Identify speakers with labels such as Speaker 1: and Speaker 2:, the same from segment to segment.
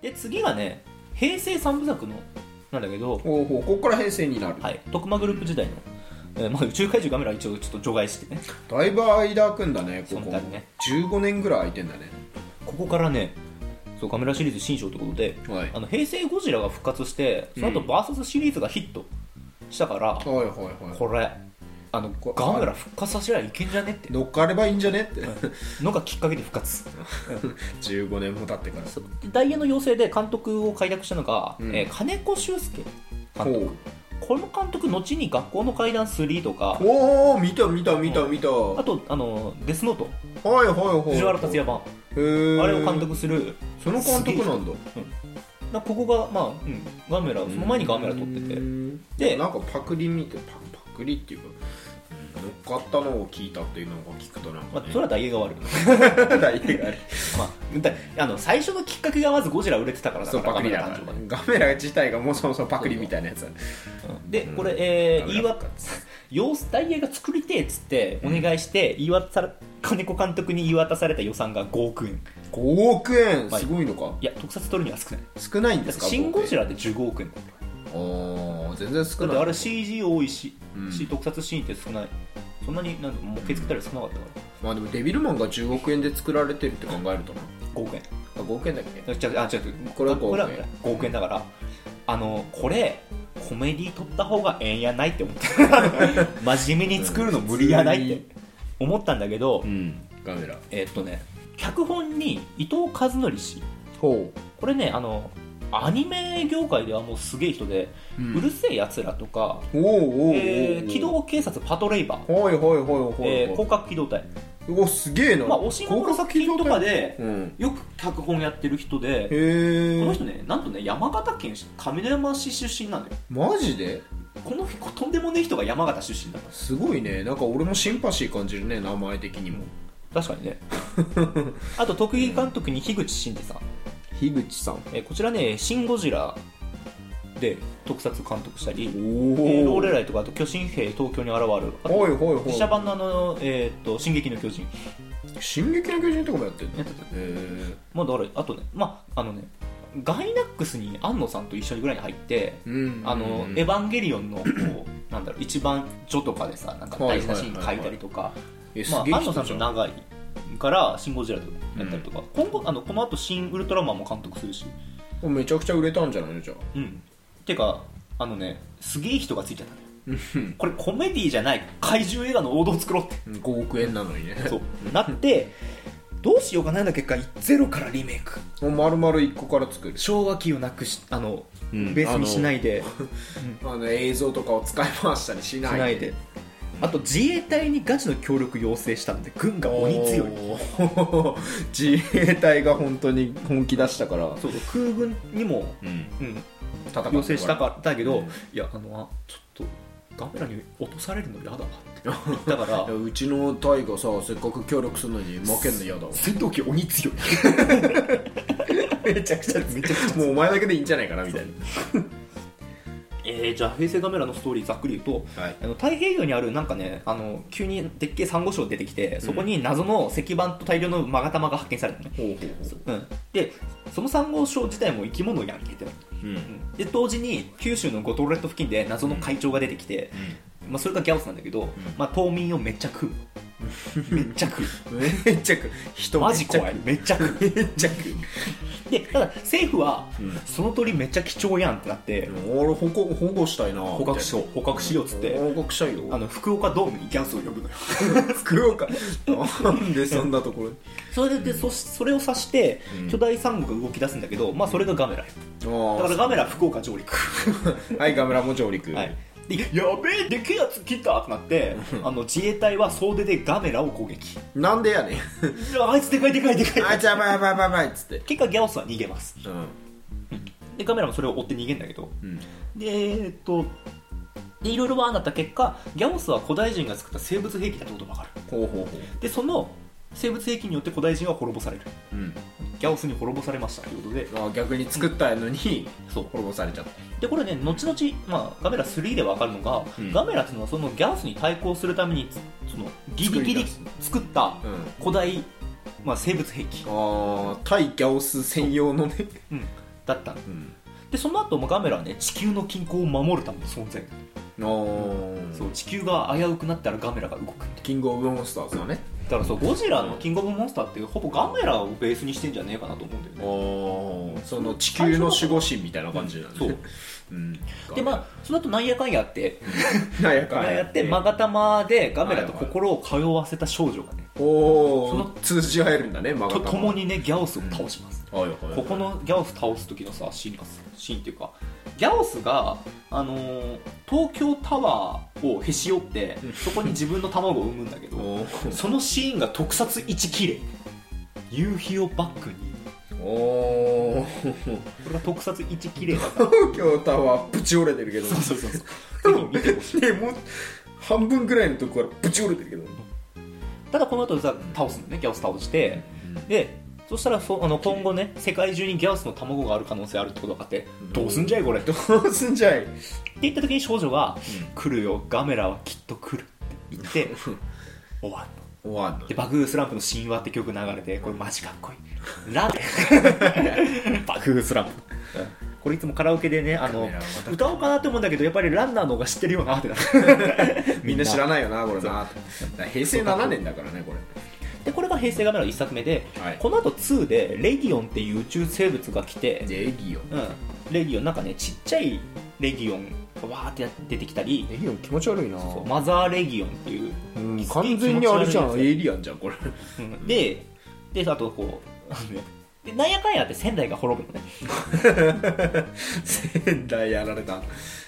Speaker 1: で次がね平成三部作のなんだけど、
Speaker 2: おおここから平成になる、
Speaker 1: はい、徳間グループ時代の、えーまあ、宇宙怪獣ガメラは一応ちょっと除外してね
Speaker 2: だいぶ間空くんだねこ
Speaker 1: そ
Speaker 2: こ
Speaker 1: うだね
Speaker 2: 15年ぐらい空いてんだね
Speaker 1: ここからねそうガメラシリーズ新章ということで
Speaker 2: はい
Speaker 1: あの平成ゴジラが復活してその後
Speaker 2: うん
Speaker 1: バーサスシリーズがヒットしたから、
Speaker 2: はいはいはい
Speaker 1: これあの
Speaker 2: こ
Speaker 1: ガメラ復活させりゃいけんじゃねって
Speaker 2: 乗っかればいいんじゃねって
Speaker 1: のがきっかけで復活
Speaker 2: 15年も経ってから
Speaker 1: そうでダイヤの要請で監督を開拓したのが、
Speaker 2: うん
Speaker 1: えー金子修介
Speaker 2: ほ
Speaker 1: 監督
Speaker 2: う
Speaker 1: この監督後に「学校の怪談3」とか
Speaker 2: おお見た見た見た見た、
Speaker 1: あとあのデスノート
Speaker 2: はいはいはい
Speaker 1: 藤原竜也版
Speaker 2: へー
Speaker 1: あれを監督する
Speaker 2: その監督なんだ
Speaker 1: なここがまあ、うん、ガメラその前にガメラ撮ってて
Speaker 2: で
Speaker 1: で
Speaker 2: なんかパクリ見てパパクリっていうか乗っかったのを聞いたっていうのを聞くとなんか、
Speaker 1: まあ
Speaker 2: ね、、
Speaker 1: それはダイヤが悪い、
Speaker 2: 大体があれ
Speaker 1: まあ、だあの最初のきっかけがまずゴジラ売れてたからだ
Speaker 2: そう
Speaker 1: から
Speaker 2: パクリだから
Speaker 1: ガメラ誕生がね
Speaker 2: ガメラ自体がもうそもそもパクリみたいなやつ
Speaker 1: うんで
Speaker 2: うん
Speaker 1: これ、えー、言い
Speaker 2: ガメラ
Speaker 1: 訳様子ダイヤが作りてえっつってお願いして言い渡され金子監督に言い渡された予算が5億円
Speaker 2: 5億円
Speaker 1: はい
Speaker 2: すごいのか、
Speaker 1: いや特撮撮るには少ない
Speaker 2: 少ないん
Speaker 1: だ
Speaker 2: で
Speaker 1: っ
Speaker 2: す
Speaker 1: て
Speaker 2: か
Speaker 1: シン・ゴジ
Speaker 2: ラ
Speaker 1: ラで15億円だよ
Speaker 2: おー全然少
Speaker 1: だっ
Speaker 2: な
Speaker 1: て
Speaker 2: い
Speaker 1: あれ CG 多いし、
Speaker 2: うん
Speaker 1: し特撮シーンって少ないそんなになんか模型作ったり少なかったから
Speaker 2: まあでもデビルマンが10億円で作られてるって考えるとな
Speaker 1: 5億円
Speaker 2: あ5億円だっけ
Speaker 1: あ違うあ違う違う
Speaker 2: これは5億円
Speaker 1: 5億円だからあのこれコメディ撮った方がええんやないって思った 真面目に作るの無理やないって思ったんだけど、
Speaker 2: うんガメラ
Speaker 1: えーっとね脚本に伊藤和則氏
Speaker 2: ほ
Speaker 1: これねあのアニメ業界ではもうすげえ人で
Speaker 2: う、
Speaker 1: 「
Speaker 2: う
Speaker 1: うるせえやつら」とか
Speaker 2: おうおうおうお
Speaker 1: 「
Speaker 2: う
Speaker 1: えー機動警察パトレイバー」
Speaker 2: はいはいはいはいはい、
Speaker 1: えー、広角機動隊、
Speaker 2: おすげえな、
Speaker 1: まあ、おしの作品とかで
Speaker 2: うん、
Speaker 1: よく脚本やってる人で
Speaker 2: へ
Speaker 1: この
Speaker 2: え
Speaker 1: 人ねなんとね山形県上山市出身なのよ
Speaker 2: マジで
Speaker 1: この人とんでもねえ人が山形出身だっ
Speaker 2: すごいねなんか俺もシンパシー感じるね名前的にも
Speaker 1: た確か にねあと徳木監督に樋口真嗣さん、
Speaker 2: 樋口さん
Speaker 1: えーこちらね「シン・ゴジラ」で特撮監督したり
Speaker 2: おお、
Speaker 1: えーローレライとかあと巨神兵東京に現れるあ
Speaker 2: はい
Speaker 1: と
Speaker 2: はいはい
Speaker 1: 実写版のあの、えーっと「進撃の巨人
Speaker 2: 進撃の巨人とかもやってんの」
Speaker 1: や
Speaker 2: へ
Speaker 1: ってた
Speaker 2: え
Speaker 1: まあだからあとねまああのねガイナックスに安野さんと一緒にぐらいに入って
Speaker 2: うん
Speaker 1: あの、エヴァンゲリオンの、こう、なんだろう、一番序とかでさ、なんか大事なシーン書いたりとか、
Speaker 2: えす
Speaker 1: まあ、
Speaker 2: げえ
Speaker 1: 安野
Speaker 2: 人
Speaker 1: さん
Speaker 2: じ
Speaker 1: と
Speaker 2: ゃん
Speaker 1: 長いから、シン・ゴジラとやったりとか、今後、あの、この後、シン・ウルトラマンも監督するし、
Speaker 2: めちゃくちゃ売れたんじゃないのじゃあ
Speaker 1: うん。てか、あのね、すげえ人がついちゃったね。
Speaker 2: うん
Speaker 1: これコメディじゃない、怪獣映画の王道を作ろう って。
Speaker 2: 5億円なのにね
Speaker 1: そう。なって、どうしようかなの結果、ゼロからリメイク。
Speaker 2: もう丸々1個から作る
Speaker 1: 昭和期をなくし、あの、
Speaker 2: うん
Speaker 1: ベースにしないで、
Speaker 2: あの映像とかを使い回したりし
Speaker 1: し
Speaker 2: ない
Speaker 1: ないで。あと自衛隊にガチの協力要請したんで軍が
Speaker 2: お
Speaker 1: 鬼強い
Speaker 2: ー 自衛隊が本当に本気出したから
Speaker 1: そう空軍にも、
Speaker 2: うん
Speaker 1: うん、
Speaker 2: 戦って
Speaker 1: 要請したかったけど、
Speaker 2: うん
Speaker 1: いやあのあちょっとガメラに落とされるの嫌だわ ってだから
Speaker 2: いやうちのタイがさせっかく協力するのに負けんの嫌だ わ
Speaker 1: 戦闘機鬼強いめちゃくちゃめちゃくちゃ
Speaker 2: もうお前だけでいいんじゃないかなみたい
Speaker 1: えー、じゃあ平成ガメラのストーリーざっくり言うと
Speaker 2: なはい
Speaker 1: あの太平洋にあるなんかねあの急にでっけえサンゴ礁出てきてそこに謎の石板と大量のマガタマが発見されたのね、
Speaker 2: ほうほうほ
Speaker 1: うん、でそのサンゴ礁自体も生き物やんけってなる
Speaker 2: ううん
Speaker 1: で同時に九州の五島列島付近で謎の会長が出てきて、まあ、それがギャオスなんだけど、まあ、島民をめっちゃ食う めっちゃ食う
Speaker 2: めっちゃく人
Speaker 1: マジ怖いめ
Speaker 2: め
Speaker 1: っちゃ食う
Speaker 2: っちゃく
Speaker 1: でただ政府は、
Speaker 2: うん
Speaker 1: その鳥めっちゃ貴重やんってなって、
Speaker 2: 俺保護保護したいな
Speaker 1: 捕獲しよう捕獲しようっつって、
Speaker 2: 捕獲したいよ
Speaker 1: あの福岡ドームにギャオスを呼ぶのよ
Speaker 2: 福岡なんでそんなところ
Speaker 1: それでそそれを指して
Speaker 2: うん
Speaker 1: 巨大サンゴが動き出すんだけど、まあ、それがガメラよだか
Speaker 2: あ
Speaker 1: らガメラ福岡上陸
Speaker 2: ーはいガメラも上陸
Speaker 1: はいでやべえでけえやつ来たってなってあの自衛隊は総出でガメラを攻撃
Speaker 2: なんでやねん
Speaker 1: いやあいつでかいでかいでかい
Speaker 2: あいつやばいやばいやばいやばいっつって
Speaker 1: 結果ギャオスは逃げます
Speaker 2: うん
Speaker 1: でカメラもそれを追って逃げんだけど
Speaker 2: うん
Speaker 1: でえーっとでいろいろわーなった結果ギャオスは古代人が作った生物兵器だってことが分かる
Speaker 2: ほうほうほ
Speaker 1: でその生物兵器によって古代人は滅ぼされる
Speaker 2: ううん
Speaker 1: ギャオスに滅ぼされましたということで
Speaker 2: あー逆に作ったのに
Speaker 1: そう
Speaker 2: 滅ぼされちゃった
Speaker 1: でこれね後々、まあ、ガメラ3で分かるのが、
Speaker 2: うん
Speaker 1: ガメラっていうのはそのギャオスに対抗するためにそのギリギリ作った
Speaker 2: うん
Speaker 1: 古代、まあ、生物兵器
Speaker 2: あー対ギャオス専用のね、
Speaker 1: うんだったの
Speaker 2: うん
Speaker 1: でその後もガメラはね地球の均衡を守るための存在、
Speaker 2: あー
Speaker 1: そう地球が危うくなったらガメラが動くみたいな
Speaker 2: キングオブモンスターズだね
Speaker 1: だからそうゴジラのキングオブモンスターってほぼガメラをベースにしてんじゃねえかなと思うんだよね
Speaker 2: おその地球の守護神みたいな感じなん
Speaker 1: そう
Speaker 2: うん
Speaker 1: でまあその後なんやかんやって
Speaker 2: なんやかん
Speaker 1: や
Speaker 2: や
Speaker 1: って
Speaker 2: ま
Speaker 1: 勾玉でガメラと心を通わせた少女がね
Speaker 2: おお
Speaker 1: その
Speaker 2: 通じ合えるんだねま
Speaker 1: と
Speaker 2: が
Speaker 1: 共にねギャオスを倒します
Speaker 2: はいはいはい
Speaker 1: ここのギャオス倒す時のさシーンがシーンっていうかギャオスが、あのー東京タワーをへし折ってそこに自分の卵を産むんだけど
Speaker 2: おー
Speaker 1: そのシーンが特撮一綺麗夕日をバックに
Speaker 2: おー
Speaker 1: これが特撮一綺 麗だか
Speaker 2: 東京タワーぶち折れてるけど
Speaker 1: らそうそうそうそうぜひ見てほしい
Speaker 2: でもう半分ぐらいのとこからぶち折れてるけど
Speaker 1: ただこの後さ倒すのねギャオス倒してでそしたらそあの今後ね世界中にギャオスの卵がある可能性あるってことが分かって
Speaker 2: うん
Speaker 1: どうすんじゃいこれって
Speaker 2: どうすんじゃい
Speaker 1: 言った時に少女が「来るよガメラはきっと来る」って言って終わる
Speaker 2: 終わ んの
Speaker 1: で「バグースランプの神話」って曲流れてこれマジかっこいい「ラ」 でバグースランプこれいつもカラオケでねあ
Speaker 2: カ
Speaker 1: の
Speaker 2: メラはまた
Speaker 1: 歌おうかなって思うんだけどやっぱりランナーの方が知ってるよなってな
Speaker 2: みんな知ら
Speaker 1: ん
Speaker 2: ないよなこれなだから平成7年だからねこれ
Speaker 1: でこれが平成ガメラの1作目で、
Speaker 2: はい
Speaker 1: この後2でレギオンっていう宇宙生物が来て
Speaker 2: レギオン
Speaker 1: うん、レギオンなんかねちっちゃいレギオンがわーってやって出てきたり
Speaker 2: レギオン気持ち悪いな
Speaker 1: そうマザーレギオンっていう、
Speaker 2: うん完全にあれじゃんエイリアンじゃん これ
Speaker 1: うんでであとこうあのねでなんやかんやって仙台が滅ぶのね
Speaker 2: 仙台やられた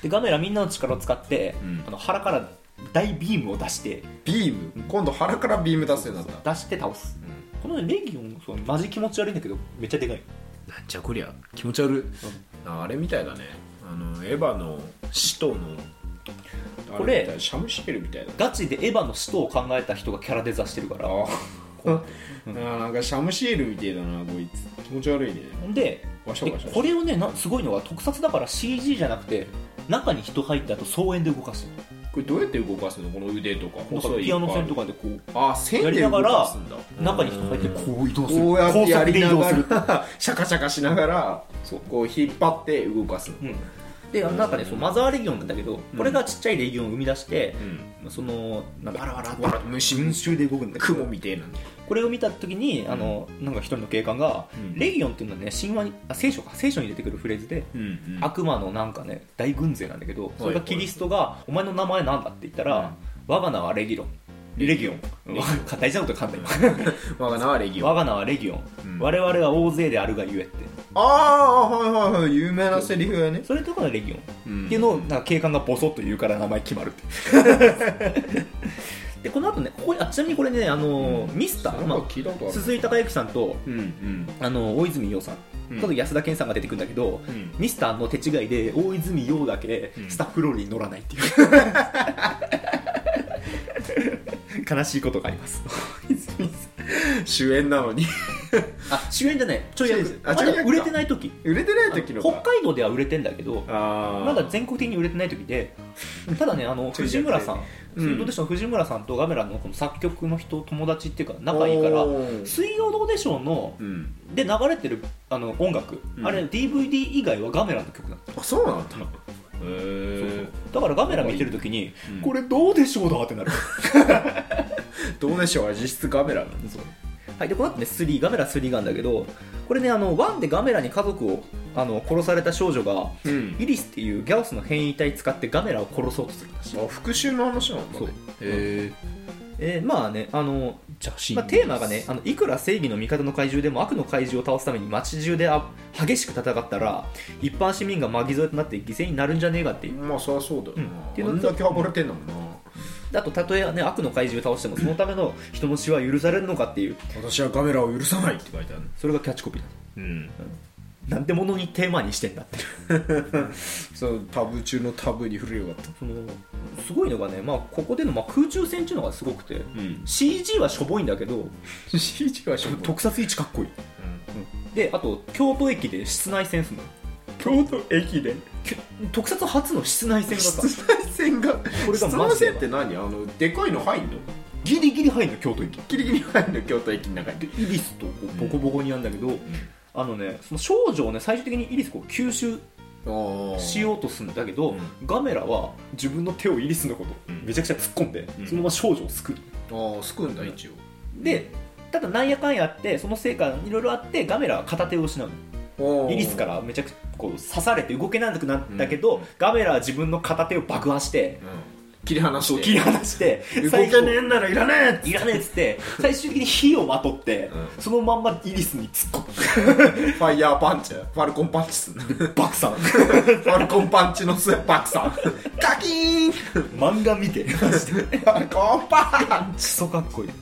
Speaker 1: でガメラみんなの力を使って、
Speaker 2: うん
Speaker 1: あの腹から大ビームを出して
Speaker 2: ビーム今度腹からビーム出すようになった
Speaker 1: 出して倒すこのねレギオンそうマジ気持ち悪いんだけどめっちゃでかい
Speaker 2: なんじゃこりゃ気持ち悪いああれみたいだねあのエヴァの使徒の
Speaker 1: これ
Speaker 2: あみたいシャムシエルみたいだ
Speaker 1: ガチでエヴァの使徒を考えた人がキャラデザしてるから
Speaker 2: ああなんかシャムシエルみたいだなこいつ気持ち悪いね
Speaker 1: ほんで
Speaker 2: わしょ
Speaker 1: で
Speaker 2: わしょ
Speaker 1: これをねなすごいのは特撮だから CG じゃなくて中に人入った後総演で動かす
Speaker 2: これどうやって動かすのこの腕とか
Speaker 1: だから
Speaker 2: 細い
Speaker 1: ピアノ線と
Speaker 2: か
Speaker 1: かでこう
Speaker 2: あ線で動かすんだ
Speaker 1: 中に人入って
Speaker 2: うん
Speaker 1: こう移動する
Speaker 2: こうやってや
Speaker 1: 高速で
Speaker 2: りなが
Speaker 1: 移動
Speaker 2: らシャカシャカしながら
Speaker 1: そう
Speaker 2: こう引っ張って動かすの
Speaker 1: する、うん、でなんかねそのマザーレギオンなんだけどこれがちっちゃいレギオンを生み出して、そのなんかわらわら
Speaker 2: わら虫
Speaker 1: 群衆で動くんだけ
Speaker 2: 雲
Speaker 1: ど
Speaker 2: みてえなんだ
Speaker 1: これを見た時にあのなんか一人の警官が、
Speaker 2: うん
Speaker 1: レギオンっていうのはね神話にあ聖書か聖書に出てくるフレーズで、
Speaker 2: うん
Speaker 1: 悪魔のなんかね大軍勢なんだけどそれがキリストが「お前の名前なんだ?」って言った
Speaker 2: うん
Speaker 1: ら「我が名はレギロン」レギオンうん 大事なこと簡単に
Speaker 2: 我が名はレギオン
Speaker 1: 我が名はレギオン、
Speaker 2: うん
Speaker 1: 我々は大勢であるがゆえって
Speaker 2: ああはいはいはい有名なセリフやね
Speaker 1: それとかがレギオン、
Speaker 2: うん
Speaker 1: っていうのをなんか警官がボソッと言うから名前決まるって でこの後ねここにあちなみにこれねあのー、ミスター、ま
Speaker 2: なん
Speaker 1: あ
Speaker 2: か、聞いたことある
Speaker 1: 鈴井孝之さんと
Speaker 2: うんうん
Speaker 1: あの大泉洋さん、
Speaker 2: うん
Speaker 1: と安田顕さんが出てくるんだけど、
Speaker 2: うん
Speaker 1: ミスターの手違いで大泉洋だけ
Speaker 2: うん
Speaker 1: スタッフロールに乗らないっていう、 悲しいことがあります
Speaker 2: 主演なのに
Speaker 1: あ主演じゃないちょい役
Speaker 2: あ
Speaker 1: ま
Speaker 2: ちょい役
Speaker 1: だ
Speaker 2: か
Speaker 1: 売れてない時
Speaker 2: 売れてない
Speaker 1: 北
Speaker 2: 時のか
Speaker 1: 海道では売れてんだけど
Speaker 2: ああ
Speaker 1: まだ全国的に売れてない時でただねあの
Speaker 2: ちょい
Speaker 1: 藤村さん
Speaker 2: うん
Speaker 1: 水曜どうでしょう藤村さんとガメラのこの作曲の人友達っていうか仲いいから
Speaker 2: おー
Speaker 1: 水曜どうでしょうの
Speaker 2: うん
Speaker 1: で流れてるあの音楽、
Speaker 2: うん
Speaker 1: あれ DVD 以外はガメラの曲なの
Speaker 2: あそうなんだ
Speaker 1: そ
Speaker 2: へ
Speaker 1: うそう
Speaker 2: え
Speaker 1: だからガメラ見てるときに、
Speaker 2: うん
Speaker 1: これどうでしょうだってなる、
Speaker 2: どうでしょう実質カメラ
Speaker 1: はい、でこの後ね3ガメラ3があるんだけどこれねあの1でガメラに家族をあの殺された少女が
Speaker 2: うん
Speaker 1: イリスっていうギャオスの変異体使ってガメラを殺そうとするんだし、
Speaker 2: あ復讐の話なんだ
Speaker 1: そう
Speaker 2: ねへ
Speaker 1: えーまあねあの
Speaker 2: え
Speaker 1: まあ、テーマがねあのいくら正義の味方の怪獣でも悪の怪獣を倒すために街中であ激しく戦ったら一般市民が巻き添えとなって犠牲になるんじゃねえかっていう
Speaker 2: まあそりゃそうだよ
Speaker 1: うん
Speaker 2: な
Speaker 1: っていう
Speaker 2: あ
Speaker 1: の
Speaker 2: ん
Speaker 1: と
Speaker 2: だけ暴れてんだもんな
Speaker 1: あとたとえ、ね、悪の怪獣を倒してもそのための人の死は許されるのかっていう
Speaker 2: 私はカメラを許さないって書いてある
Speaker 1: それがキャッチコピーだ
Speaker 2: うん
Speaker 1: なんてものにテーマにしてんだっていう
Speaker 2: そうタブー中のタブーに振るよかった
Speaker 1: そのすごいのがね、まあ、ここでの、まあ、空中戦っていうのがすごくて
Speaker 2: うん
Speaker 1: CG はしょぼいんだけど
Speaker 2: CG はしょぼい
Speaker 1: 特撮位置かっこいい、うんであと京都駅で室内戦するの
Speaker 2: 京都駅で
Speaker 1: きょ特撮初の室内戦がさ
Speaker 2: 室内線が
Speaker 1: これが
Speaker 2: 室
Speaker 1: マ
Speaker 2: 内
Speaker 1: ジで
Speaker 2: 線って何あのでかいの入んの
Speaker 1: ギリギリ入るの京都駅
Speaker 2: ギリギリ入んの京都駅の中に
Speaker 1: でイリスとこうボコボコにやるんだけど、あのねその少女をね最終的にイリスこう吸収
Speaker 2: ああ
Speaker 1: しようとするんだけど、
Speaker 2: うん
Speaker 1: ガメラは自分の手をイリスのこと
Speaker 2: うん
Speaker 1: めちゃくちゃ突っ込んで、
Speaker 2: うん
Speaker 1: そのまま少女を救う
Speaker 2: ああすくんだ一応
Speaker 1: でただなんやかんやってその成果いろいろあってガメラは片手を失うのイリスかららめちゃくちゃこう刺されて動けなくなったけど、ガメラは自分の片手を爆破して
Speaker 2: 切り離して
Speaker 1: 切り離して
Speaker 2: 動け
Speaker 1: 最後
Speaker 2: ねえんならいらね
Speaker 1: いらねえっつって最終的に火をまとって、
Speaker 2: う
Speaker 1: そのまんまイリスに突っ込む
Speaker 2: えファイヤーパンチファルコンパンチすんなフ
Speaker 1: 爆 散
Speaker 2: ァルコンパンチの末パク さんカキーン
Speaker 1: 漫画見て
Speaker 2: ファルコンパン
Speaker 1: クソかっこいい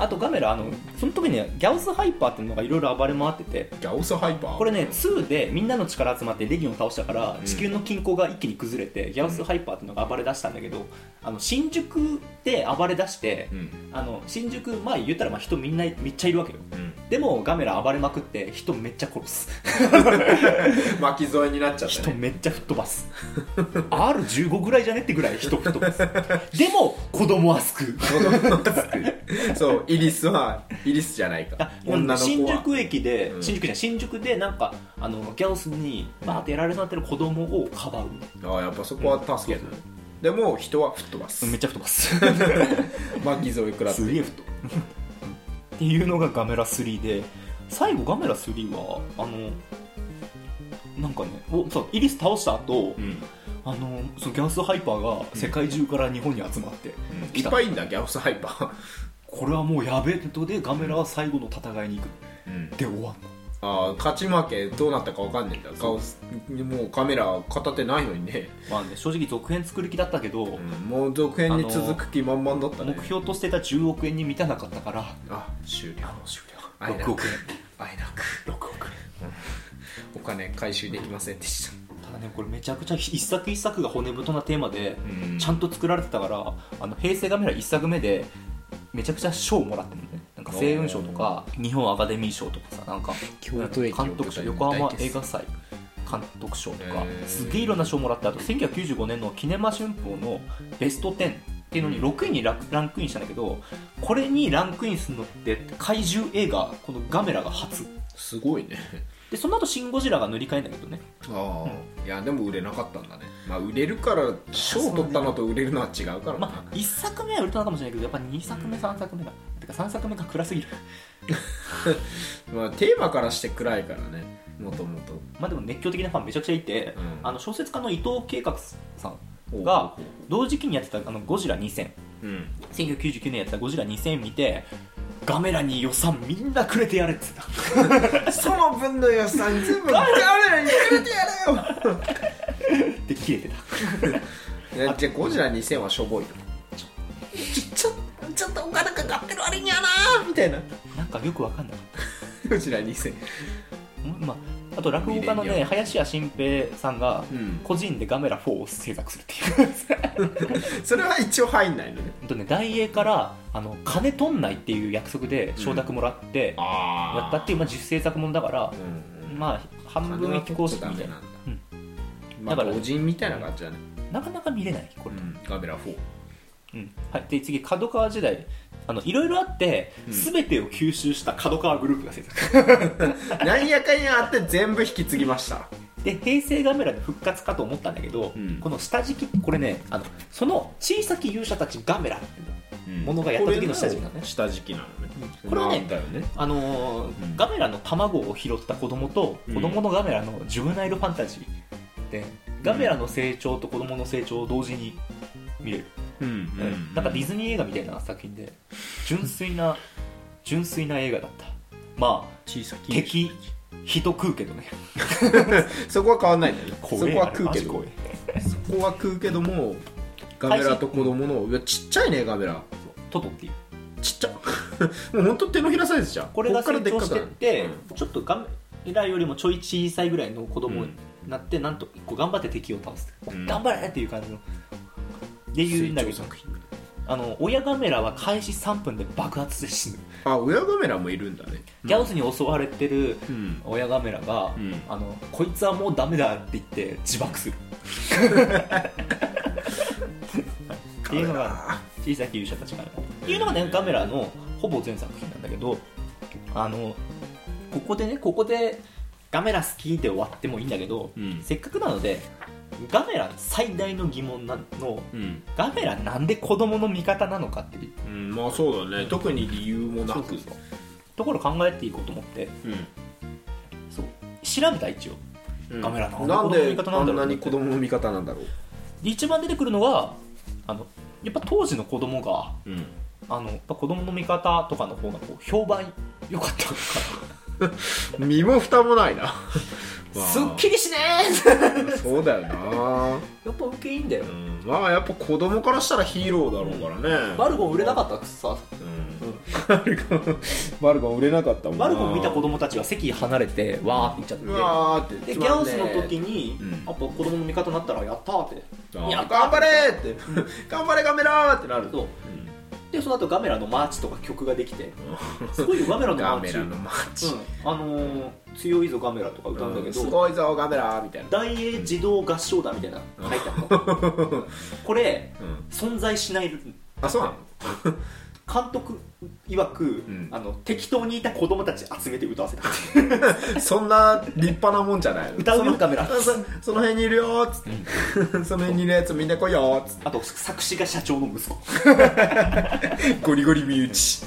Speaker 1: あとガメラあのその時にギャオスハイパーっていうのがいろいろ暴れ回ってて
Speaker 2: チギャオスハイパー
Speaker 1: これね2でみんなの力集まってレギオンを倒したから地球の均衡が一気に崩れてギャオスハイパーっていうのが暴れ出したんだけどあの新宿で暴れ出して
Speaker 2: うん
Speaker 1: あの新宿前言ったらまあ人みんなめっちゃいるわけよ
Speaker 2: うん
Speaker 1: でもガメラ暴れまくって人めっちゃ殺す
Speaker 2: 巻き添えになっちゃった
Speaker 1: 人
Speaker 2: ね
Speaker 1: めっちゃ吹っ飛ばす R15 ぐらいじゃねってぐらい人吹っ飛ばすでも子供は救う
Speaker 2: そうイリスはイリスじゃないか
Speaker 1: あ
Speaker 2: 女の子
Speaker 1: 新
Speaker 2: は
Speaker 1: 宿駅で、
Speaker 2: うん
Speaker 1: 新宿じゃない新宿でなんかあのギャオスにバーってやられそうになってる子供をかばう、
Speaker 2: ああやっぱそこは助けるでも人は吹っ飛ばす
Speaker 1: めっちゃ吹っ飛ば す
Speaker 2: 巻き添え食らって
Speaker 1: すげえ吹っ飛ばすっていうのがガメラ3で最後ガメラ3はあのなんかねおそうイリス倒した後、
Speaker 2: うん
Speaker 1: あのそのギャオスハイパーが世界中から日本に集まって、
Speaker 2: いっぱいいんだギャオスハイパー
Speaker 1: これはもうやべえってことでガメラは最後の戦いに行くで終わんの
Speaker 2: ああ勝ち負けどうなったかわかんねえんだガオスもうカメラ片手ないのにね、
Speaker 1: まあね正直続編作る気だったけど、
Speaker 2: もう続編に続く気満々だったね
Speaker 1: 目標としてた10億円に満たなかったから
Speaker 2: あ終了
Speaker 1: 終
Speaker 2: あいな
Speaker 1: 6億円
Speaker 2: あいなく
Speaker 1: 6億円
Speaker 2: お金回収できませんでした、
Speaker 1: ただねこれめちゃくちゃ一作一作が骨太なテーマで、
Speaker 2: うん
Speaker 1: ちゃんと作られてたからあの平成ガメラ一作目でめちゃくちゃ賞もらってるのねなんか星雲賞とか日本アカデミー賞とかさなんか
Speaker 2: 京都駅を
Speaker 1: 監督賞横浜
Speaker 2: 大決
Speaker 1: 映
Speaker 2: 戦
Speaker 1: 画祭監督賞とか
Speaker 2: へー
Speaker 1: すげえいろんな賞もらってあと1995年のキネマ春報のベスト10っていうのに6位にラランクインしたんだけどこれにランクインするのって怪獣映画このガメラが初
Speaker 2: すごいね
Speaker 1: でその後シン・ゴジラが塗り替えんだけどね
Speaker 2: ああ、いやでも売れなかったんだねまあ売れるから賞取ったのと売れるのは違うからな、
Speaker 1: まあ、1作目は売れたのかもしれないけどやっぱ2作目3作目がてか3作目が暗すぎる
Speaker 2: まあ、テーマからして暗いからねもともと
Speaker 1: まあでも熱狂的なファンめちゃくちゃいて、
Speaker 2: うん
Speaker 1: あの小説家の伊藤慶覚さんが同時期にやってたあのゴジラ2000
Speaker 2: うん
Speaker 1: 1999年やってたゴジラ2000見てガメラに予算みんなくれてやれっつってた
Speaker 2: その分の予算全 部誰らにくれてやれよ
Speaker 1: で切れてた
Speaker 2: いやじゃあゴジラ2000はしょぼいよちょちょっとお金かかってる割にはなみたいな
Speaker 1: なんかよくわかんなかっ
Speaker 2: ゴジラ2000
Speaker 1: た、んまあ、あと落語家の
Speaker 2: ミレニ
Speaker 1: ね林家新平さんが
Speaker 2: うん
Speaker 1: 個人でガメラ4を制作するっていう
Speaker 2: それは一応入んないのね
Speaker 1: ほんとね大映からあの金取んないっていう約束で承諾もらって、
Speaker 2: あ
Speaker 1: やったっていう、まあ、10制作ものだから
Speaker 2: う、んうん
Speaker 1: まあ、半分飛行式
Speaker 2: 金は
Speaker 1: みたい
Speaker 2: 取っち
Speaker 1: な
Speaker 2: ゃダメなんだ、
Speaker 1: うん
Speaker 2: まあ
Speaker 1: だから
Speaker 2: 個人みたいな感じだね、
Speaker 1: なかなか見れないこ
Speaker 2: う
Speaker 1: れ、
Speaker 2: ん、ガメラ4
Speaker 1: うんはい、で次角川時代あのいろいろあって、
Speaker 2: うん
Speaker 1: 全てを吸収した角川グループが制作
Speaker 2: なんやかんやあって全部引き継ぎました
Speaker 1: で平成ガメラの復活かと思ったんだけど、
Speaker 2: うん
Speaker 1: この下敷きこれねあのその小さき勇者たちガメラ物がやった時の下敷きなのね
Speaker 2: これ下敷きなのね
Speaker 1: うんこれはね
Speaker 2: なんだよね
Speaker 1: あのー
Speaker 2: うん
Speaker 1: ガメラの卵を拾った子供と
Speaker 2: うん
Speaker 1: 子供のガメラのジュブナイルファンタジーでガメラの成長と子供の成長を同時に見れる
Speaker 2: うん
Speaker 1: なんかディズニー映画みたいな作品で純粋な純粋な映画だったまあ
Speaker 2: 小さき
Speaker 1: 敵人食うけどね
Speaker 2: そこは変わんないんだよねそこ
Speaker 1: 怖え
Speaker 2: は食うけ
Speaker 1: あれマジ
Speaker 2: ど
Speaker 1: 怖え
Speaker 2: そこは食うけどもガメラと子供のいやちっちゃいねガメラ
Speaker 1: トトっていう
Speaker 2: ちっちゃ もうほんと手のひらサイズじゃん
Speaker 1: これが
Speaker 2: こっ
Speaker 1: 成
Speaker 2: からでっ
Speaker 1: 長
Speaker 2: か
Speaker 1: し
Speaker 2: く
Speaker 1: て
Speaker 2: な
Speaker 1: っ
Speaker 2: る
Speaker 1: て、ちょっとガメラよりもちょい小さいぐらいの子供になって、なんとこう頑張って敵を倒す、
Speaker 2: うん
Speaker 1: 頑張れっていう感じのって
Speaker 2: うん
Speaker 1: いうんだけ
Speaker 2: 成
Speaker 1: ど
Speaker 2: 長作品
Speaker 1: あの親ガメラは開始3分で爆発して死ぬ、
Speaker 2: あ親ガメラもいるんだね
Speaker 1: ギャオスに襲われてる
Speaker 2: うん
Speaker 1: 親ガメラが、
Speaker 2: うん
Speaker 1: あのこいつはもうダメだって言って自爆するっていうのが小さき勇者たちからっていうのがねガメラのほぼ全作品なんだけどあのここでねここでガメラ好きで終わってもいいんだけど、
Speaker 3: うん
Speaker 1: せっかくなのでガメラ最大の疑問なの
Speaker 3: うん、
Speaker 1: ガメラなんで子供の味方なのかっていう
Speaker 3: うん、まあそうだね特に理由もなく
Speaker 1: そうそうそうところを考えていこうと思って
Speaker 3: うん
Speaker 1: そう調べた一応
Speaker 3: うん
Speaker 1: ガメラなんで子
Speaker 2: なん
Speaker 1: 供の味方なんだ
Speaker 2: であん
Speaker 1: ろ
Speaker 2: な
Speaker 1: うと思
Speaker 2: に
Speaker 1: って
Speaker 2: 子供の味方なんだろう
Speaker 1: で一番出てくるのがあのやっぱ当時の子供が
Speaker 3: うん
Speaker 1: あのやっぱ子供の味方とかの方がこう評判良かったのか
Speaker 2: 身も蓋 もないな
Speaker 3: まあ
Speaker 1: すっきりしね
Speaker 2: そうだよな
Speaker 1: えやっぱウケいいんだよ
Speaker 3: うんまあやっぱ子供からしたらヒーローだろうからね
Speaker 1: バルゴン売れなかったくさ
Speaker 3: うん
Speaker 2: バルゴン売れなかったもんな
Speaker 1: バルゴン見た子供たちは席離れてわーって行っち
Speaker 2: う
Speaker 1: ゃっ
Speaker 2: わーって
Speaker 1: てでギャオスの時に
Speaker 3: うん
Speaker 1: やっぱ子供の味方になったらやったーって
Speaker 3: あ
Speaker 1: いや
Speaker 2: 頑張れーって頑張れガメラーってなる
Speaker 1: そう
Speaker 3: うん
Speaker 1: でその後ガメラのマーチとか曲ができてすごいよガメラのマ
Speaker 2: ガ
Speaker 1: ー
Speaker 2: メ
Speaker 1: チ
Speaker 2: ラのマッチ、
Speaker 1: うんあのー強いぞガメラ」とか歌うんだけど、
Speaker 2: すごいぞガメラーみたいな
Speaker 1: 大英児童合唱団みたいなの書いてあったのこれ
Speaker 3: うん
Speaker 1: 存在しない監
Speaker 2: あそうなの
Speaker 1: 督曰く、
Speaker 3: ん
Speaker 1: あの適当にいた子供たち集めて歌わせた
Speaker 2: そんな立派なもんじゃないの
Speaker 1: 歌うよカメラ
Speaker 2: そその辺にいるよーっつって、その辺にいるやつみんな来いよーっつっ
Speaker 1: あと作詞が社長の息子
Speaker 2: てゴリゴリ身内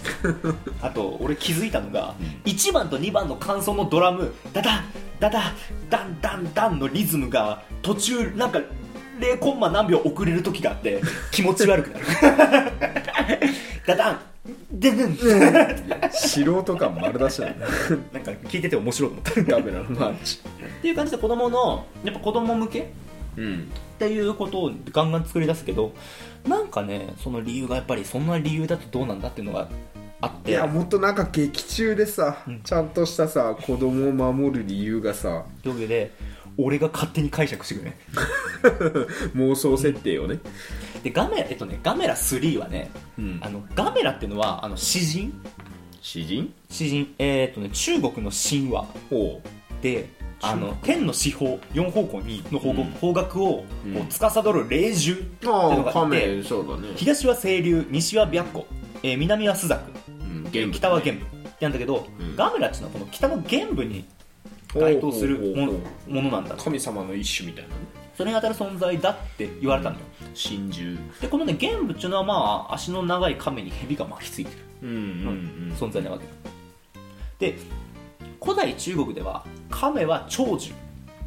Speaker 1: あと俺気づいたのが、1番と2番の感想のドラムダダンダダンダンダンダンのリズムが途中なんか0コンマ何秒遅れる時があ って気持ち悪くなる ダダンデデン
Speaker 2: 素人感丸出しだね
Speaker 1: なんか聞いてて面白いと思った
Speaker 2: ガメラのマッチ
Speaker 1: っていう感じで子供のやっぱ子供向けっ
Speaker 3: うん
Speaker 1: ていうことをガンガン作り出すけどなんかねその理由がやっぱりそんな理由だとどうなんだっていうのがあっ
Speaker 2: い
Speaker 1: て
Speaker 2: やもっとなんか劇中でさ、
Speaker 1: うん
Speaker 2: ちゃんとしたさ子供を守る理由がさ
Speaker 1: というわけで俺が勝手に解釈してくれ
Speaker 2: 妄想設定をね、
Speaker 1: でガメラえっとねガメラ3はね
Speaker 3: うん
Speaker 1: あのガメラっていうのはあの詩人
Speaker 3: 詩人
Speaker 1: 詩人えーっとね中国の神話
Speaker 3: ほ
Speaker 1: であの天の四方四方向にの方,、
Speaker 3: うん
Speaker 1: 方角をこ
Speaker 3: う
Speaker 1: うん司る霊獣っていうのがあって、
Speaker 3: そうだね
Speaker 1: 東は清流西は白虎、えー南は朱雀
Speaker 3: 元
Speaker 1: 北は玄武なんだけど、
Speaker 3: うん
Speaker 1: ガメラっていうのはこの北の玄武に該当するもの
Speaker 3: ほうほうほ
Speaker 1: ものなんだ
Speaker 3: 神様の一種みたいなね
Speaker 1: それに当たる存在だって言われたのよ、
Speaker 3: 真珠
Speaker 1: でこのね玄武っていうのはまあ足の長い亀に蛇が巻きついてる
Speaker 3: うんうん
Speaker 1: 存在なわけで古代中国では亀は長寿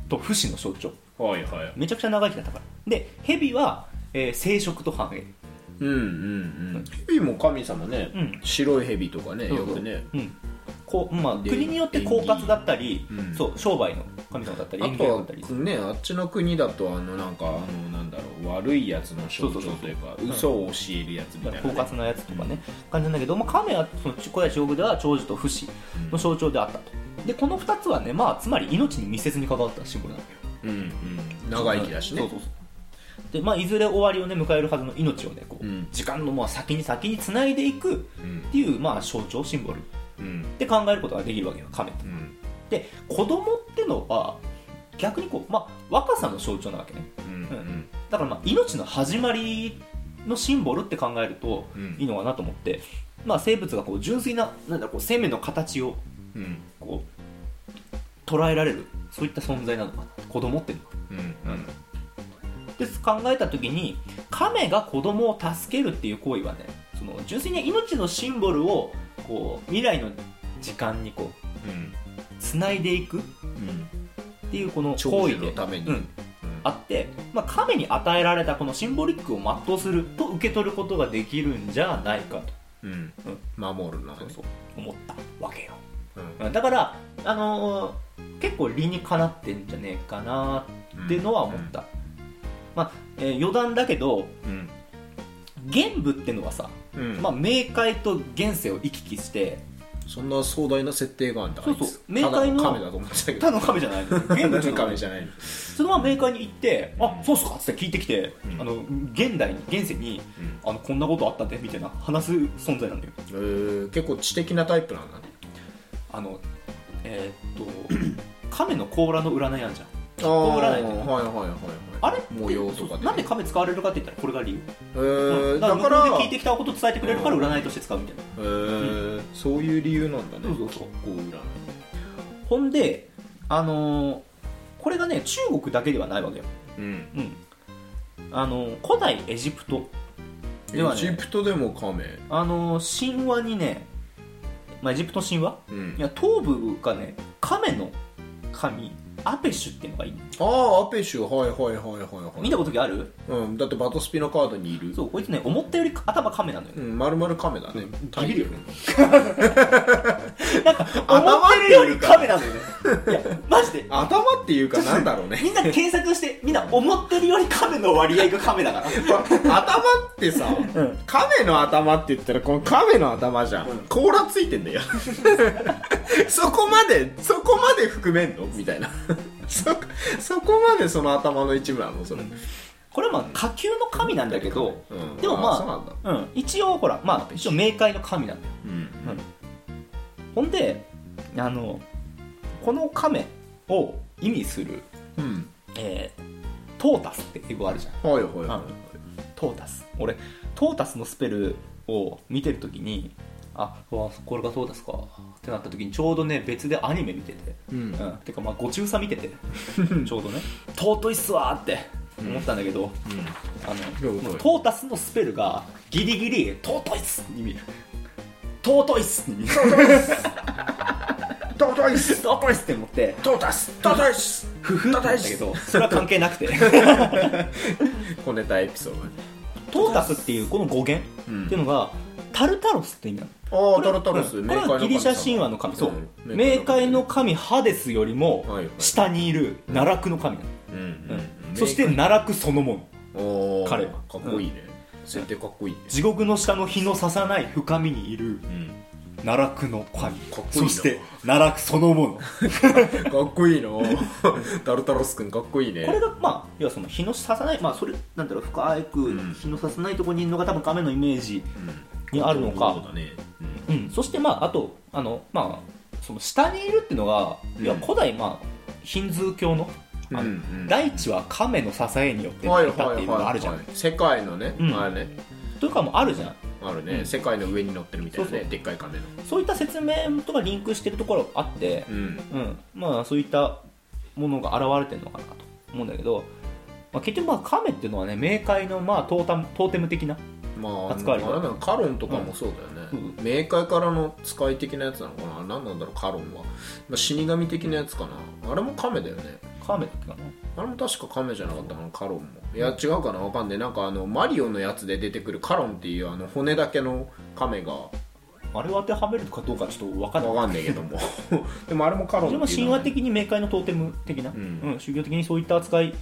Speaker 1: と不死の象徴
Speaker 3: うんはいはい
Speaker 1: めちゃくちゃ長生きだったからで蛇は、えー生殖と繁栄
Speaker 3: うんうんうん蛇も神様ね
Speaker 1: うん
Speaker 3: 白い蛇とかね
Speaker 1: そう
Speaker 3: よ
Speaker 1: そう
Speaker 3: くね
Speaker 1: うんこうまあ、
Speaker 3: で
Speaker 1: 国によって狡猾だったり、
Speaker 3: 縁起うん
Speaker 1: そう商売の神様だったり
Speaker 3: あ
Speaker 1: 縁起
Speaker 3: と
Speaker 1: が良かったり
Speaker 3: はねあっちの国だとあのなんかあのなんだろう悪いやつの象徴というか
Speaker 1: う
Speaker 3: 嘘を教えるやつみたい
Speaker 1: 狡
Speaker 3: なね
Speaker 1: 猾なやつとかね、感じなんだけど、まあ、亀はその古代中国では長寿と不死の象徴であったと、でこの2つはね、まあ、つまり命に密接に関わったシンボルなのよ
Speaker 3: うんうん長生きだしね
Speaker 1: そうそうそうで、まあ、いずれ終わりをね迎えるはずの命をねこう、
Speaker 3: うん
Speaker 1: 時間のまあ先に先につないでいくっ
Speaker 3: うん
Speaker 1: ていう、まあ、象徴シンボルっ
Speaker 3: うん
Speaker 1: て考えることができるわけよ亀って
Speaker 3: うん
Speaker 1: で子供ってのは逆にこう、まあ、若さの象徴なわけね
Speaker 3: うんうん
Speaker 1: だからまあ命の始まりのシンボルって考えると
Speaker 3: うん
Speaker 1: いいのかなと思って、まあ、生物がこう純粋ななんだろうこう生命の形を
Speaker 3: うん
Speaker 1: こう捉えられるそういった存在なのかな子供っていうのは
Speaker 3: うんうん
Speaker 1: で考えた時に亀が子供を助けるっていう行為はねその純粋に命のシンボルをこう未来の時間にこうつないでいくっ
Speaker 3: うん
Speaker 1: ていうこの
Speaker 3: 長
Speaker 1: 行
Speaker 3: 寿
Speaker 1: 為
Speaker 3: の
Speaker 1: で
Speaker 3: ために
Speaker 1: うん
Speaker 3: うん
Speaker 1: あって、まあ、亀に与えられたこのシンボリックを全うすると受け取ることができるんじゃないかと
Speaker 3: うん守るな
Speaker 1: そうそう思ったわけよ
Speaker 3: うん
Speaker 1: うんだから、あのー結構理にかなってんじゃねえかなっていうのは思った、まあえー余談だけど
Speaker 3: うん
Speaker 1: 玄武ってのはさ、
Speaker 3: うん
Speaker 1: まあ、冥界と現世を行き来して
Speaker 3: そんな壮大な設定があんだ
Speaker 1: そうそ
Speaker 3: あ
Speaker 1: う
Speaker 3: いつ
Speaker 1: 冥界の
Speaker 3: ただ亀だと思ってたけど
Speaker 1: 他の亀じゃな いの
Speaker 3: た
Speaker 1: 玄武
Speaker 3: だ
Speaker 1: って
Speaker 3: の
Speaker 1: のは
Speaker 3: 亀じゃないの
Speaker 1: そのまま冥界に行って「あそうっすか」っつって聞いてきて、
Speaker 3: うん
Speaker 1: あの現代に現世に
Speaker 3: うん
Speaker 1: あのこんなことあったでみたいな話す存在なんだよ
Speaker 3: えー結構知的なタイプなんだね
Speaker 1: あのえー っと亀の甲羅の占いあるじゃ
Speaker 3: あ
Speaker 1: ん
Speaker 3: あ
Speaker 1: 占
Speaker 3: はいい
Speaker 1: と
Speaker 3: はいいうはいはい
Speaker 1: あれって
Speaker 3: 模様とかで
Speaker 1: なんで亀使われるかって言ったらこれが理由、
Speaker 3: えー
Speaker 1: うん
Speaker 3: だ
Speaker 1: だ
Speaker 3: か
Speaker 1: からら向こうで聞いてきたことを伝えてくれるから占いとして使うみたいな
Speaker 3: えーそういう理由なんだね
Speaker 1: そうそうそう
Speaker 3: こう占い
Speaker 1: ほんで、あのーこれがね中国だけではないわけよ、
Speaker 2: うん
Speaker 1: うんあのー古代エジプトでは
Speaker 2: エ
Speaker 1: ね
Speaker 2: ジプトでもカメ
Speaker 1: あのー神話にね、まあ、エジプト神話
Speaker 2: うん
Speaker 1: いや東部がね亀の神アペシュっていうのがいい
Speaker 2: ああアペシュはいはいはいはいは
Speaker 1: 見
Speaker 2: い
Speaker 1: たことある
Speaker 2: うん、だってバトスピのカードにいる
Speaker 1: そうこいつね思ったより頭亀なのよ
Speaker 2: うん、丸々カメだね、
Speaker 1: ビビるよね思っ
Speaker 2: 頭ってて
Speaker 1: る
Speaker 2: い
Speaker 1: よ
Speaker 2: う
Speaker 1: り
Speaker 2: か
Speaker 1: 亀なのよねいやマジで
Speaker 2: 頭っていうかなんだろうね
Speaker 1: みんな検索してみんな思ってるより亀の割合が亀だから
Speaker 2: 頭ってさ、
Speaker 1: うん
Speaker 2: カメの頭って言ったらこのカメの頭じゃん、甲羅ついてんだよ そこまでそこまで含めんのみたいな そそこまでその頭の一部なのそれ、
Speaker 1: これはまあ下級の神なんだけど、
Speaker 2: うん
Speaker 1: でもまあ
Speaker 2: そうなんだ、
Speaker 1: うん、一応ほらまあ一応冥界の神なんだよ
Speaker 2: うん
Speaker 1: ほんであのこの亀を意味する、
Speaker 2: うん、
Speaker 1: えートータスって英語あるじゃん
Speaker 2: はいはいはい、はい
Speaker 1: トータス俺トータスのスペルを見てるときにあうわこれがトータスかってなったときにちょうどね別でアニメ見てて
Speaker 2: うん
Speaker 1: うん、てかまあご中佐見て てちょうどね尊いっすわーって思ったんだけど、あの
Speaker 2: いや
Speaker 1: もう
Speaker 2: 尊い
Speaker 1: トータスのスペルがギリギリ尊いっすに見える尊いっすに 見える
Speaker 2: トータイス
Speaker 1: 尊いっすって思って
Speaker 2: トータストータイス
Speaker 1: ふふって思ったけどそれは関係なくて
Speaker 2: 小ネタエピソードね
Speaker 1: トータスっていうこの語源
Speaker 2: うん
Speaker 1: っていうのがタルタロスって意味なの
Speaker 2: あ
Speaker 1: こ
Speaker 2: あ
Speaker 1: れ
Speaker 2: タルタルス、
Speaker 1: うん
Speaker 2: 冥
Speaker 1: これ
Speaker 2: 界の神様
Speaker 1: はギリシャ神話の神そう
Speaker 2: うん
Speaker 1: 冥界の神ハデスよりも
Speaker 2: はいはい
Speaker 1: 下にいる奈落の神なの、
Speaker 2: うんうん
Speaker 1: そして奈落そのもの
Speaker 2: おー
Speaker 1: 彼は
Speaker 2: かっこいいね、設定かっこいいね、
Speaker 1: 地獄の下の日のささない深みにいる
Speaker 2: うん、
Speaker 1: 奈落の神
Speaker 2: かっこいい
Speaker 1: そ
Speaker 2: な
Speaker 1: して奈落そのものこ
Speaker 2: かっこいい なタルタロスくんかっこいいね
Speaker 1: れがまあ要はその日のささないまあそれなんだろう深く
Speaker 2: うん
Speaker 1: 日のささないとこにいるのが多分亀のイメージ
Speaker 2: うん
Speaker 1: にあるのか
Speaker 2: そうだね、うん
Speaker 1: うん、そしてまああとあのまあその下にいるっていうのが、いや
Speaker 2: うん
Speaker 1: 古代まあヒンズー教のあの、
Speaker 2: うんうん
Speaker 1: 大地は亀の支えによって
Speaker 2: は
Speaker 1: 成
Speaker 2: い
Speaker 1: り立
Speaker 2: は
Speaker 1: って
Speaker 2: いはい
Speaker 1: いるのがあ
Speaker 2: は
Speaker 1: る
Speaker 2: い
Speaker 1: じゃん、
Speaker 2: 世界のね、
Speaker 1: うん
Speaker 2: あれね
Speaker 1: というかもうあるじゃん
Speaker 2: あるね、
Speaker 1: うん
Speaker 2: 世界の上に乗ってるみたいなね
Speaker 1: そうそう
Speaker 2: でっかい亀の
Speaker 1: そういった説明とかリンクしてるところあって、
Speaker 2: うん
Speaker 1: うん、まあそういったものが現れてるのかなと思うんだけど、まあ、結局まあ亀っていうのはね冥界のまあトータムトーテム的な
Speaker 2: まああ
Speaker 1: 扱われる
Speaker 2: れだよカロンとかもそうだよね、
Speaker 1: うん
Speaker 2: 冥界からの使い的なやつなのかな何なんだろうカロンは、まあ、死神的なやつかなあれも亀だよね
Speaker 1: 亀っていうかな
Speaker 2: あれも確か亀じゃなかったかなカロンもいや違うかなわかんないなんかあのマリオのやつで出てくるカロンっていうあの骨だけの亀がわ
Speaker 1: あれを当てはめるかどうかちょっと分かんない
Speaker 2: かんないけども でもあれもカロン
Speaker 1: それも
Speaker 2: ってい
Speaker 1: 神
Speaker 2: うのは
Speaker 1: 話
Speaker 2: ね
Speaker 1: 的に冥界のトーテム的な、
Speaker 2: ん
Speaker 1: うん宗教的にそういった扱い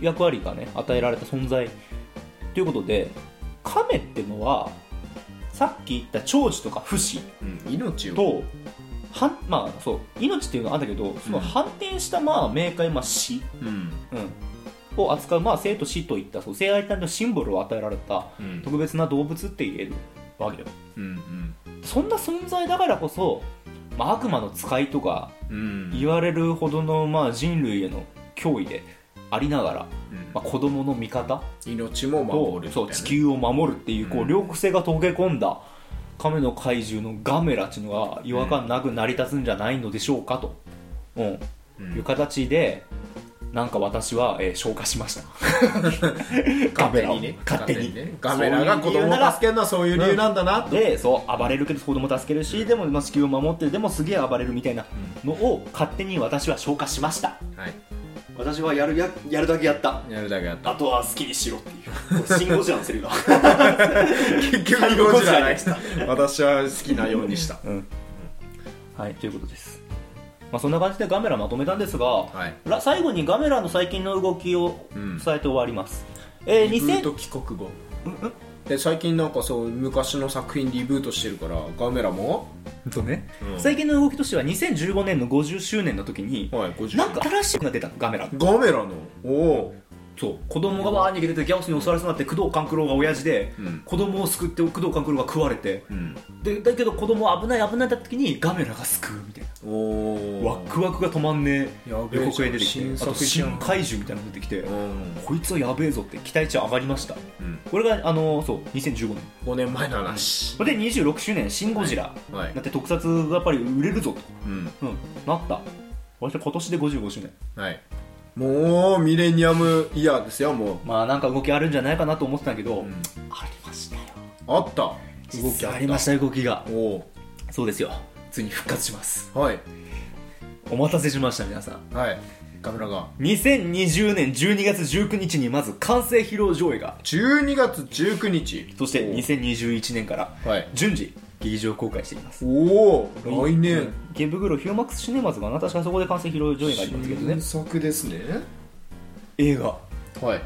Speaker 1: 役割がね与えられた存在ということで亀ってのはさっき言った長寿とか不死
Speaker 2: うん命を
Speaker 1: とはんまあそう命っていうのはあるんだけどその反転したまあ冥界、まあ、死
Speaker 2: うん
Speaker 1: うん、を扱う、まあ、生と死といったそう性愛体のシンボルを与えられた
Speaker 2: うん
Speaker 1: 特別な動物って言えるわけよ
Speaker 2: うん
Speaker 1: そんな存在だからこそ、まあ、悪魔の使いとか
Speaker 2: うんうん
Speaker 1: 言われるほどの、まあ、人類への脅威でありながら、
Speaker 2: うん
Speaker 1: まあ、子供の味方
Speaker 2: 命も
Speaker 1: と
Speaker 2: 守るみたい
Speaker 1: そ
Speaker 2: な
Speaker 1: う
Speaker 2: ね
Speaker 1: 地球を守るっていうこ
Speaker 2: う
Speaker 1: うん両国性が溶け込んだ亀の怪獣のガメラっていうのは違和感なく成り立つんじゃないのでしょうかと、うん
Speaker 2: うん
Speaker 1: いう形でなんか私は、えー消化しましたガメ
Speaker 2: 勝手
Speaker 1: ラを
Speaker 2: にね
Speaker 1: 勝手に
Speaker 2: ねガメラが子供を助けるのはそういう理由なんだなと
Speaker 1: でそう暴れるけど子供助けるしでもまあ地球を守ってるでもすげえ暴れるみたいなのを勝手に私は消化しました
Speaker 2: はい
Speaker 1: 私はやるややるだけやった
Speaker 2: やるだ けやった
Speaker 1: あとは好きにしろっていうこれ新ゴジラの セリフだ
Speaker 2: 結局
Speaker 1: 最後
Speaker 2: ゴジラ
Speaker 1: ゴジラ
Speaker 2: ね私は好きなようにした
Speaker 1: はいということです、まあ、そんな感じでガメラまとめたんですが、
Speaker 2: はい
Speaker 1: ら最後にガメラの最近の動きを
Speaker 2: うん
Speaker 1: 伝えて終わります、えー、
Speaker 2: リブー
Speaker 1: 2000
Speaker 2: ト帰国後で最近なんかそう昔の作品リブートしてるからガメラも
Speaker 1: とね
Speaker 2: うん
Speaker 1: 最近の動きとしては2015年の50周年の時に、
Speaker 2: はい50
Speaker 1: なんか新しいのが出たのガメラ
Speaker 2: ガメラのおお
Speaker 1: そう子供がわー逃げててギャオスに襲われそうになって工藤官九郎が親父で、
Speaker 2: うん
Speaker 1: 子供を救って工藤官九郎が食われて
Speaker 2: うん
Speaker 1: でだけど子供は危ない危ないだった時にガメラが救うみたい
Speaker 2: お
Speaker 1: な
Speaker 2: お
Speaker 1: ワックワクが止まんねえ
Speaker 2: や
Speaker 1: 予
Speaker 2: べえ
Speaker 1: 告編出てきて
Speaker 2: 新
Speaker 1: あと
Speaker 2: 作じ
Speaker 1: 新
Speaker 2: ゃん
Speaker 1: 怪獣みたいなの出てきて、
Speaker 2: うん
Speaker 1: こいつはやべえぞって期待値上がりました
Speaker 2: うん
Speaker 1: これがあのーそう2015年
Speaker 2: 5年前の話
Speaker 1: これで26周年「シン・ゴジラ」
Speaker 2: はい
Speaker 1: だって特撮がやっぱり売れるぞと、
Speaker 2: うん
Speaker 1: うん、なった私今年で55周年
Speaker 2: はいもうミレニアムイヤーですよもう
Speaker 1: まあなんか動きあるんじゃないかなと思ってたけど、
Speaker 2: ん
Speaker 1: ありましたよ
Speaker 2: あった動き
Speaker 1: 実
Speaker 2: あった
Speaker 1: はありましたよ動きが
Speaker 2: おお
Speaker 1: そうですよついに復活します
Speaker 2: はい
Speaker 1: お待たせしました皆さん
Speaker 2: はいカメラが
Speaker 1: 2020年12月19日にまず完成披露上映が
Speaker 2: 12月19日
Speaker 1: そして2021年から
Speaker 2: はい
Speaker 1: 順次劇場公開しています
Speaker 2: おおー来
Speaker 1: う
Speaker 2: 年
Speaker 1: ん池袋ヒューマックスシネマズかな確かそこで完成披露上映がありますけどね
Speaker 2: 新作ですね
Speaker 1: 映画
Speaker 2: はい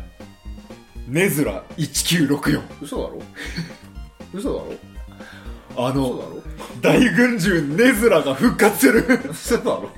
Speaker 1: 「ネズラ1964
Speaker 2: 嘘だろ嘘だろ」
Speaker 1: あ
Speaker 2: 嘘だ
Speaker 1: の
Speaker 2: ろ
Speaker 1: 大群衆ネズラが復活する
Speaker 2: 嘘だろ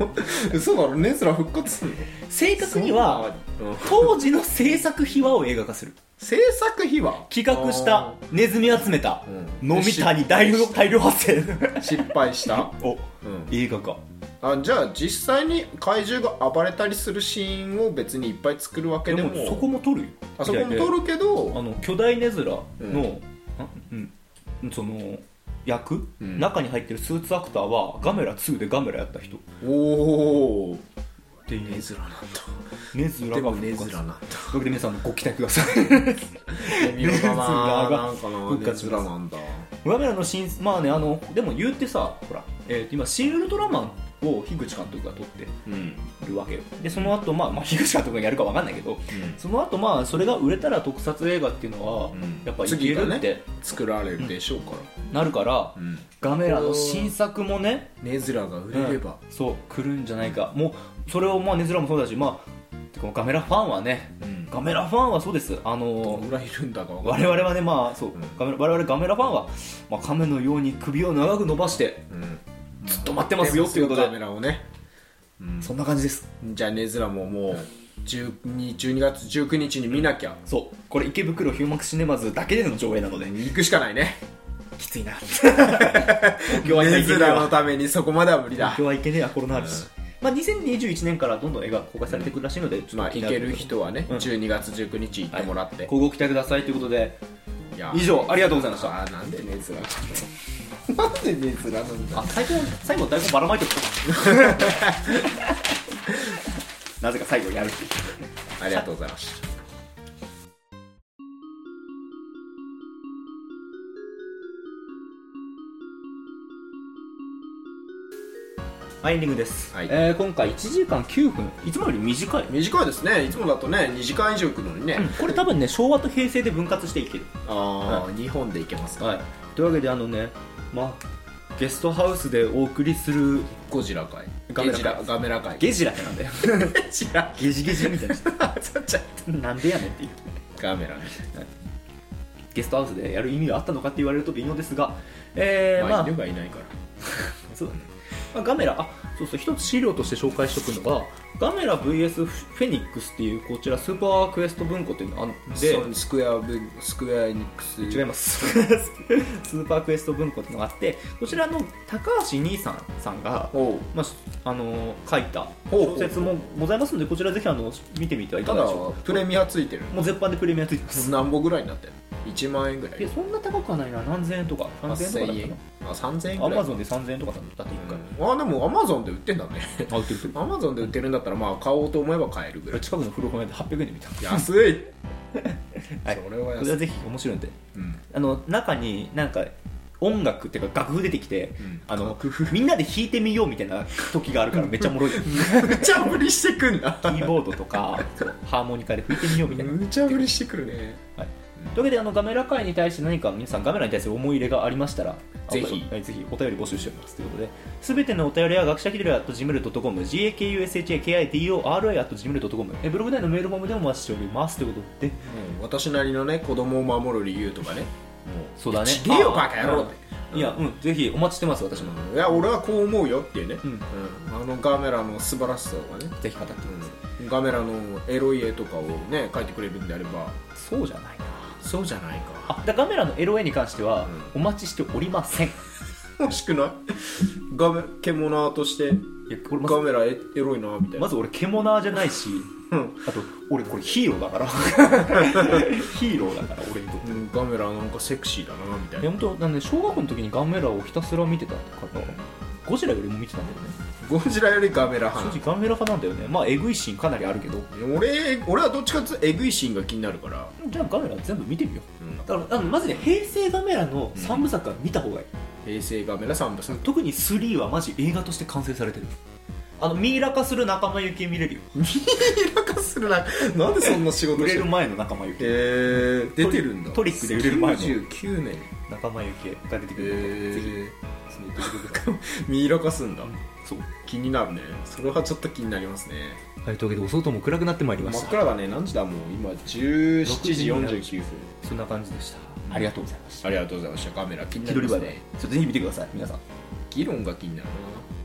Speaker 2: 嘘だろネズラ復活するの
Speaker 1: 正確には
Speaker 2: うん
Speaker 1: 当時の制作秘話を映画化する
Speaker 2: 制作秘話
Speaker 1: 企画したネズミ集めた
Speaker 2: うん
Speaker 1: 飲み谷大量大量発生
Speaker 2: 失敗した、
Speaker 1: を
Speaker 2: うん、
Speaker 1: 映画化
Speaker 2: あじゃあ実際に怪獣が暴れたりするシーンを別にいっぱい作るわけ
Speaker 1: で
Speaker 2: でも
Speaker 1: もそこも撮るよ
Speaker 2: あそこも撮るけ
Speaker 1: あ
Speaker 2: ど
Speaker 1: の巨大ネズラの、
Speaker 2: うん
Speaker 1: あうんその役、
Speaker 2: うん
Speaker 1: 中に入ってるスーツアクターはガメラ2でガメラやった人っ
Speaker 2: おおー
Speaker 1: ていう
Speaker 2: ネズラなんだ
Speaker 1: ネズラ
Speaker 2: で
Speaker 1: が
Speaker 2: も
Speaker 1: 復
Speaker 2: ネ
Speaker 1: 活
Speaker 2: ズラなんだ
Speaker 1: というわけで皆さんのご期待くださ い
Speaker 2: 微妙だななんかな
Speaker 1: 復
Speaker 2: ネ
Speaker 1: 活し
Speaker 2: ズ
Speaker 1: ます
Speaker 2: ラなんだ
Speaker 1: ガメラの新まあねあのでも言ってさほら、えーと今シン・ウルトラマンを樋口監督が撮って
Speaker 2: うん
Speaker 1: るわけよでその後、まあまあ樋口監督がやるかわかんないけど
Speaker 2: うん
Speaker 1: その後まあそれが売れたら特撮映画っていうのは、
Speaker 2: うん
Speaker 1: やっぱいけるっ
Speaker 2: 次が
Speaker 1: て
Speaker 2: 作られるでしょうから、
Speaker 1: なるから、
Speaker 2: うん
Speaker 1: ガメラの新作もね
Speaker 2: ネズラが売れれば、
Speaker 1: そう来るんじゃないかもうそれをまあネズラもそうだしまあてかガメラファンはね
Speaker 2: うん
Speaker 1: ガメラファンはそうですあ
Speaker 2: ど
Speaker 1: の
Speaker 2: のぐらいいるんだかわかん
Speaker 1: 我
Speaker 2: ない、
Speaker 1: 々はねまあそう、ガメラ我々ガメラファンは、まあ、亀のように首を長く伸ばして
Speaker 2: うん、
Speaker 1: ずっと待ってますよっていうこと
Speaker 2: カメ
Speaker 1: で
Speaker 2: ラをね、うん
Speaker 1: そんな感じです
Speaker 2: じゃあネズラももう12 12月19日に見なきゃ
Speaker 1: そうこれ池袋ヒューマックスシネマズだけでの上映なので
Speaker 2: 行くしかないね
Speaker 1: きついな東京は行
Speaker 2: ネ
Speaker 1: け
Speaker 2: ズ
Speaker 1: ねえ
Speaker 2: ラの
Speaker 1: わ
Speaker 2: ためにそこまでは無理だ
Speaker 1: 東京は行けねえわコロナあるし、まあ、2021年からどんどん映画公開されてくるらしいので、ちょ
Speaker 2: ま
Speaker 1: っ
Speaker 2: あ
Speaker 1: と気に
Speaker 2: 行
Speaker 1: な
Speaker 2: け
Speaker 1: ところ
Speaker 2: る人はね、
Speaker 1: うん
Speaker 2: 12月19日行ってもらって、
Speaker 1: ごご期待くださいということで
Speaker 2: いや
Speaker 1: 以上ありがとうございました
Speaker 2: あーなんでネズラなんでネズラなんだ
Speaker 1: あ最後最後台本ばらまいておく なぜか最後やるっていう
Speaker 2: ありがとうございました
Speaker 1: エンディングです、
Speaker 2: はい
Speaker 1: えー今回1時間9分いつもより短い、
Speaker 2: 短いですねいつもだとね2時間以上行くのにね、
Speaker 1: これ多分ね昭和と平成で分割していける、
Speaker 2: ああ、日本で行けますか、
Speaker 1: はい、というわけであのねまあゲストハウスでお送りする
Speaker 2: ゴジラ会
Speaker 1: ガメラ会
Speaker 2: ゲジラガメラ会
Speaker 1: ゲジラってなんだよ
Speaker 2: ゲジ ラ
Speaker 1: ゲジゲジみたい
Speaker 2: ちょちょ
Speaker 1: ななんでやねんっていう
Speaker 2: ガメラね
Speaker 1: ゲストハウスでやる意味があったのかって言われると微妙ですがえー、ま
Speaker 2: ま
Speaker 1: あ
Speaker 2: あ犬がいないから
Speaker 1: そうだね、まあ、ガメラあそうそう一つ資料として紹介しておくのがガメラ VS フェニックスっていうこちらスーパークエスト文庫っていうのがあ
Speaker 2: で
Speaker 1: って
Speaker 2: スクエアブスクエアエニックス
Speaker 1: 違います スーパークエスト文庫っていうのがあってこちらの高橋兄さんさんが、
Speaker 2: おう
Speaker 1: まあしあのー書いた
Speaker 2: ほうほう
Speaker 1: 小説もございますのでこちらぜひあの見てみてはい
Speaker 2: た
Speaker 1: かが
Speaker 2: だ
Speaker 1: でしょうか
Speaker 2: プレミアついてる
Speaker 1: もう絶版でプレミアついてます
Speaker 2: 何本ぐらいになってる1万円ぐら
Speaker 1: で
Speaker 2: い
Speaker 1: そんな高くはないな何千円とか何千円とかだっ
Speaker 2: 8000円あ3000円
Speaker 1: たかなア
Speaker 2: ぐら
Speaker 1: マ
Speaker 2: い
Speaker 1: ゾンで3000円とかだったって1回、
Speaker 2: うんあでもアマゾンで売ってんだ ね
Speaker 1: あ売ってる売ってる
Speaker 2: アマゾンで売ってるんだったらまあ買おうと思えば買え るぐらい
Speaker 1: 近くの古本屋で800円で見た
Speaker 2: 安い
Speaker 1: はい
Speaker 2: それは
Speaker 1: これは
Speaker 2: 安い
Speaker 1: ぜひ面白いんで
Speaker 2: うん
Speaker 1: あの中になんか音楽っていうか楽譜出てきて、
Speaker 2: ん
Speaker 1: あの
Speaker 2: 楽譜
Speaker 1: みんなで弾いてみようみたいな時があるからめっちゃお もろいキ
Speaker 2: 無茶ぶりしてくんな
Speaker 1: ーボードとかそうハーモニカで弾いてみようみたいな、という
Speaker 2: 無茶ぶりしてくるね
Speaker 1: わけであのガメラ会に対して何か皆さんガメラに対する思い入れがありましたら
Speaker 2: ぜひ
Speaker 1: あはいぜひお便り募集しておりますということで全てのお便りは学者キドラ .gmail.com gakushakidori.gmail.com えブログ内のメールフォームでお待ちしておりますということで
Speaker 2: もう私なりのね子供を守る理由とかねもう
Speaker 1: そうだね
Speaker 2: ちげえよバカ野郎って
Speaker 1: いやうんぜひお待ちしてます私も、
Speaker 2: うんいや俺はこう思うよっていうね、
Speaker 1: うん
Speaker 2: うんあのガメラの素晴らしさがね、
Speaker 1: ぜひ語ってください、
Speaker 2: うんガメラのエロい絵とかをね描いてくれるんであれば
Speaker 1: そうじゃないな
Speaker 2: そうじゃないか
Speaker 1: あだからガメラのエロ絵に関しては、お待ちしておりませんい
Speaker 2: 欲しくないガメ獣アートして
Speaker 1: やこれま
Speaker 2: ガ
Speaker 1: ず
Speaker 2: メラエエロいなみたいな、
Speaker 1: まず俺獣じゃないし
Speaker 2: うん
Speaker 1: あと俺これヒーロー だからヒーローだから俺にとって
Speaker 2: うんガメラなんかセクシーだなみたい
Speaker 1: いや
Speaker 2: な
Speaker 1: 本当なんで小学校の時にガメラをひたすら見てたからゴジラよりも見てたんだよね
Speaker 2: ゴジラよりガメラ
Speaker 1: 正
Speaker 2: 派
Speaker 1: 直ガメラ派なんだよねまあエグいシーンかなりあるけど
Speaker 2: 俺俺はどっちかっていうとエグいシーンが気になるから、
Speaker 1: じゃあガメラ全部見てみよ
Speaker 2: うん
Speaker 1: うだからあのまずね平成ガメラの3部作は見た方がいい、
Speaker 2: 平成ガメラ3部さん
Speaker 1: 特に3はマジ映画として完成されてるあのミイラ化する仲間由紀恵見れるよ
Speaker 2: なんかするななんでそんな仕
Speaker 1: 売
Speaker 2: 事し
Speaker 1: れ
Speaker 2: て
Speaker 1: る
Speaker 2: る
Speaker 1: 前の仲間由紀恵
Speaker 2: えー、出てるんだ
Speaker 1: トリックで売れる前の
Speaker 2: 99年
Speaker 1: 仲間由紀恵が出てくるのでぜひ
Speaker 2: え
Speaker 1: その出てくる
Speaker 2: ー、見らかすんだ
Speaker 1: そう
Speaker 2: 気になるねそれはちょっと気になりますね
Speaker 1: はいというわけでお外も暗くなってまいりま
Speaker 2: 真
Speaker 1: し
Speaker 2: った暗だね何時だもう今17時
Speaker 1: 6
Speaker 2: 49分
Speaker 1: そんな感じでしたありがとうございました
Speaker 2: ありがとうございましたカメラ気にな
Speaker 1: 気
Speaker 2: り
Speaker 1: 取り
Speaker 2: ま
Speaker 1: 場で
Speaker 2: すね
Speaker 1: ちょっとぜひ見てください皆さん
Speaker 2: 議論が気になるな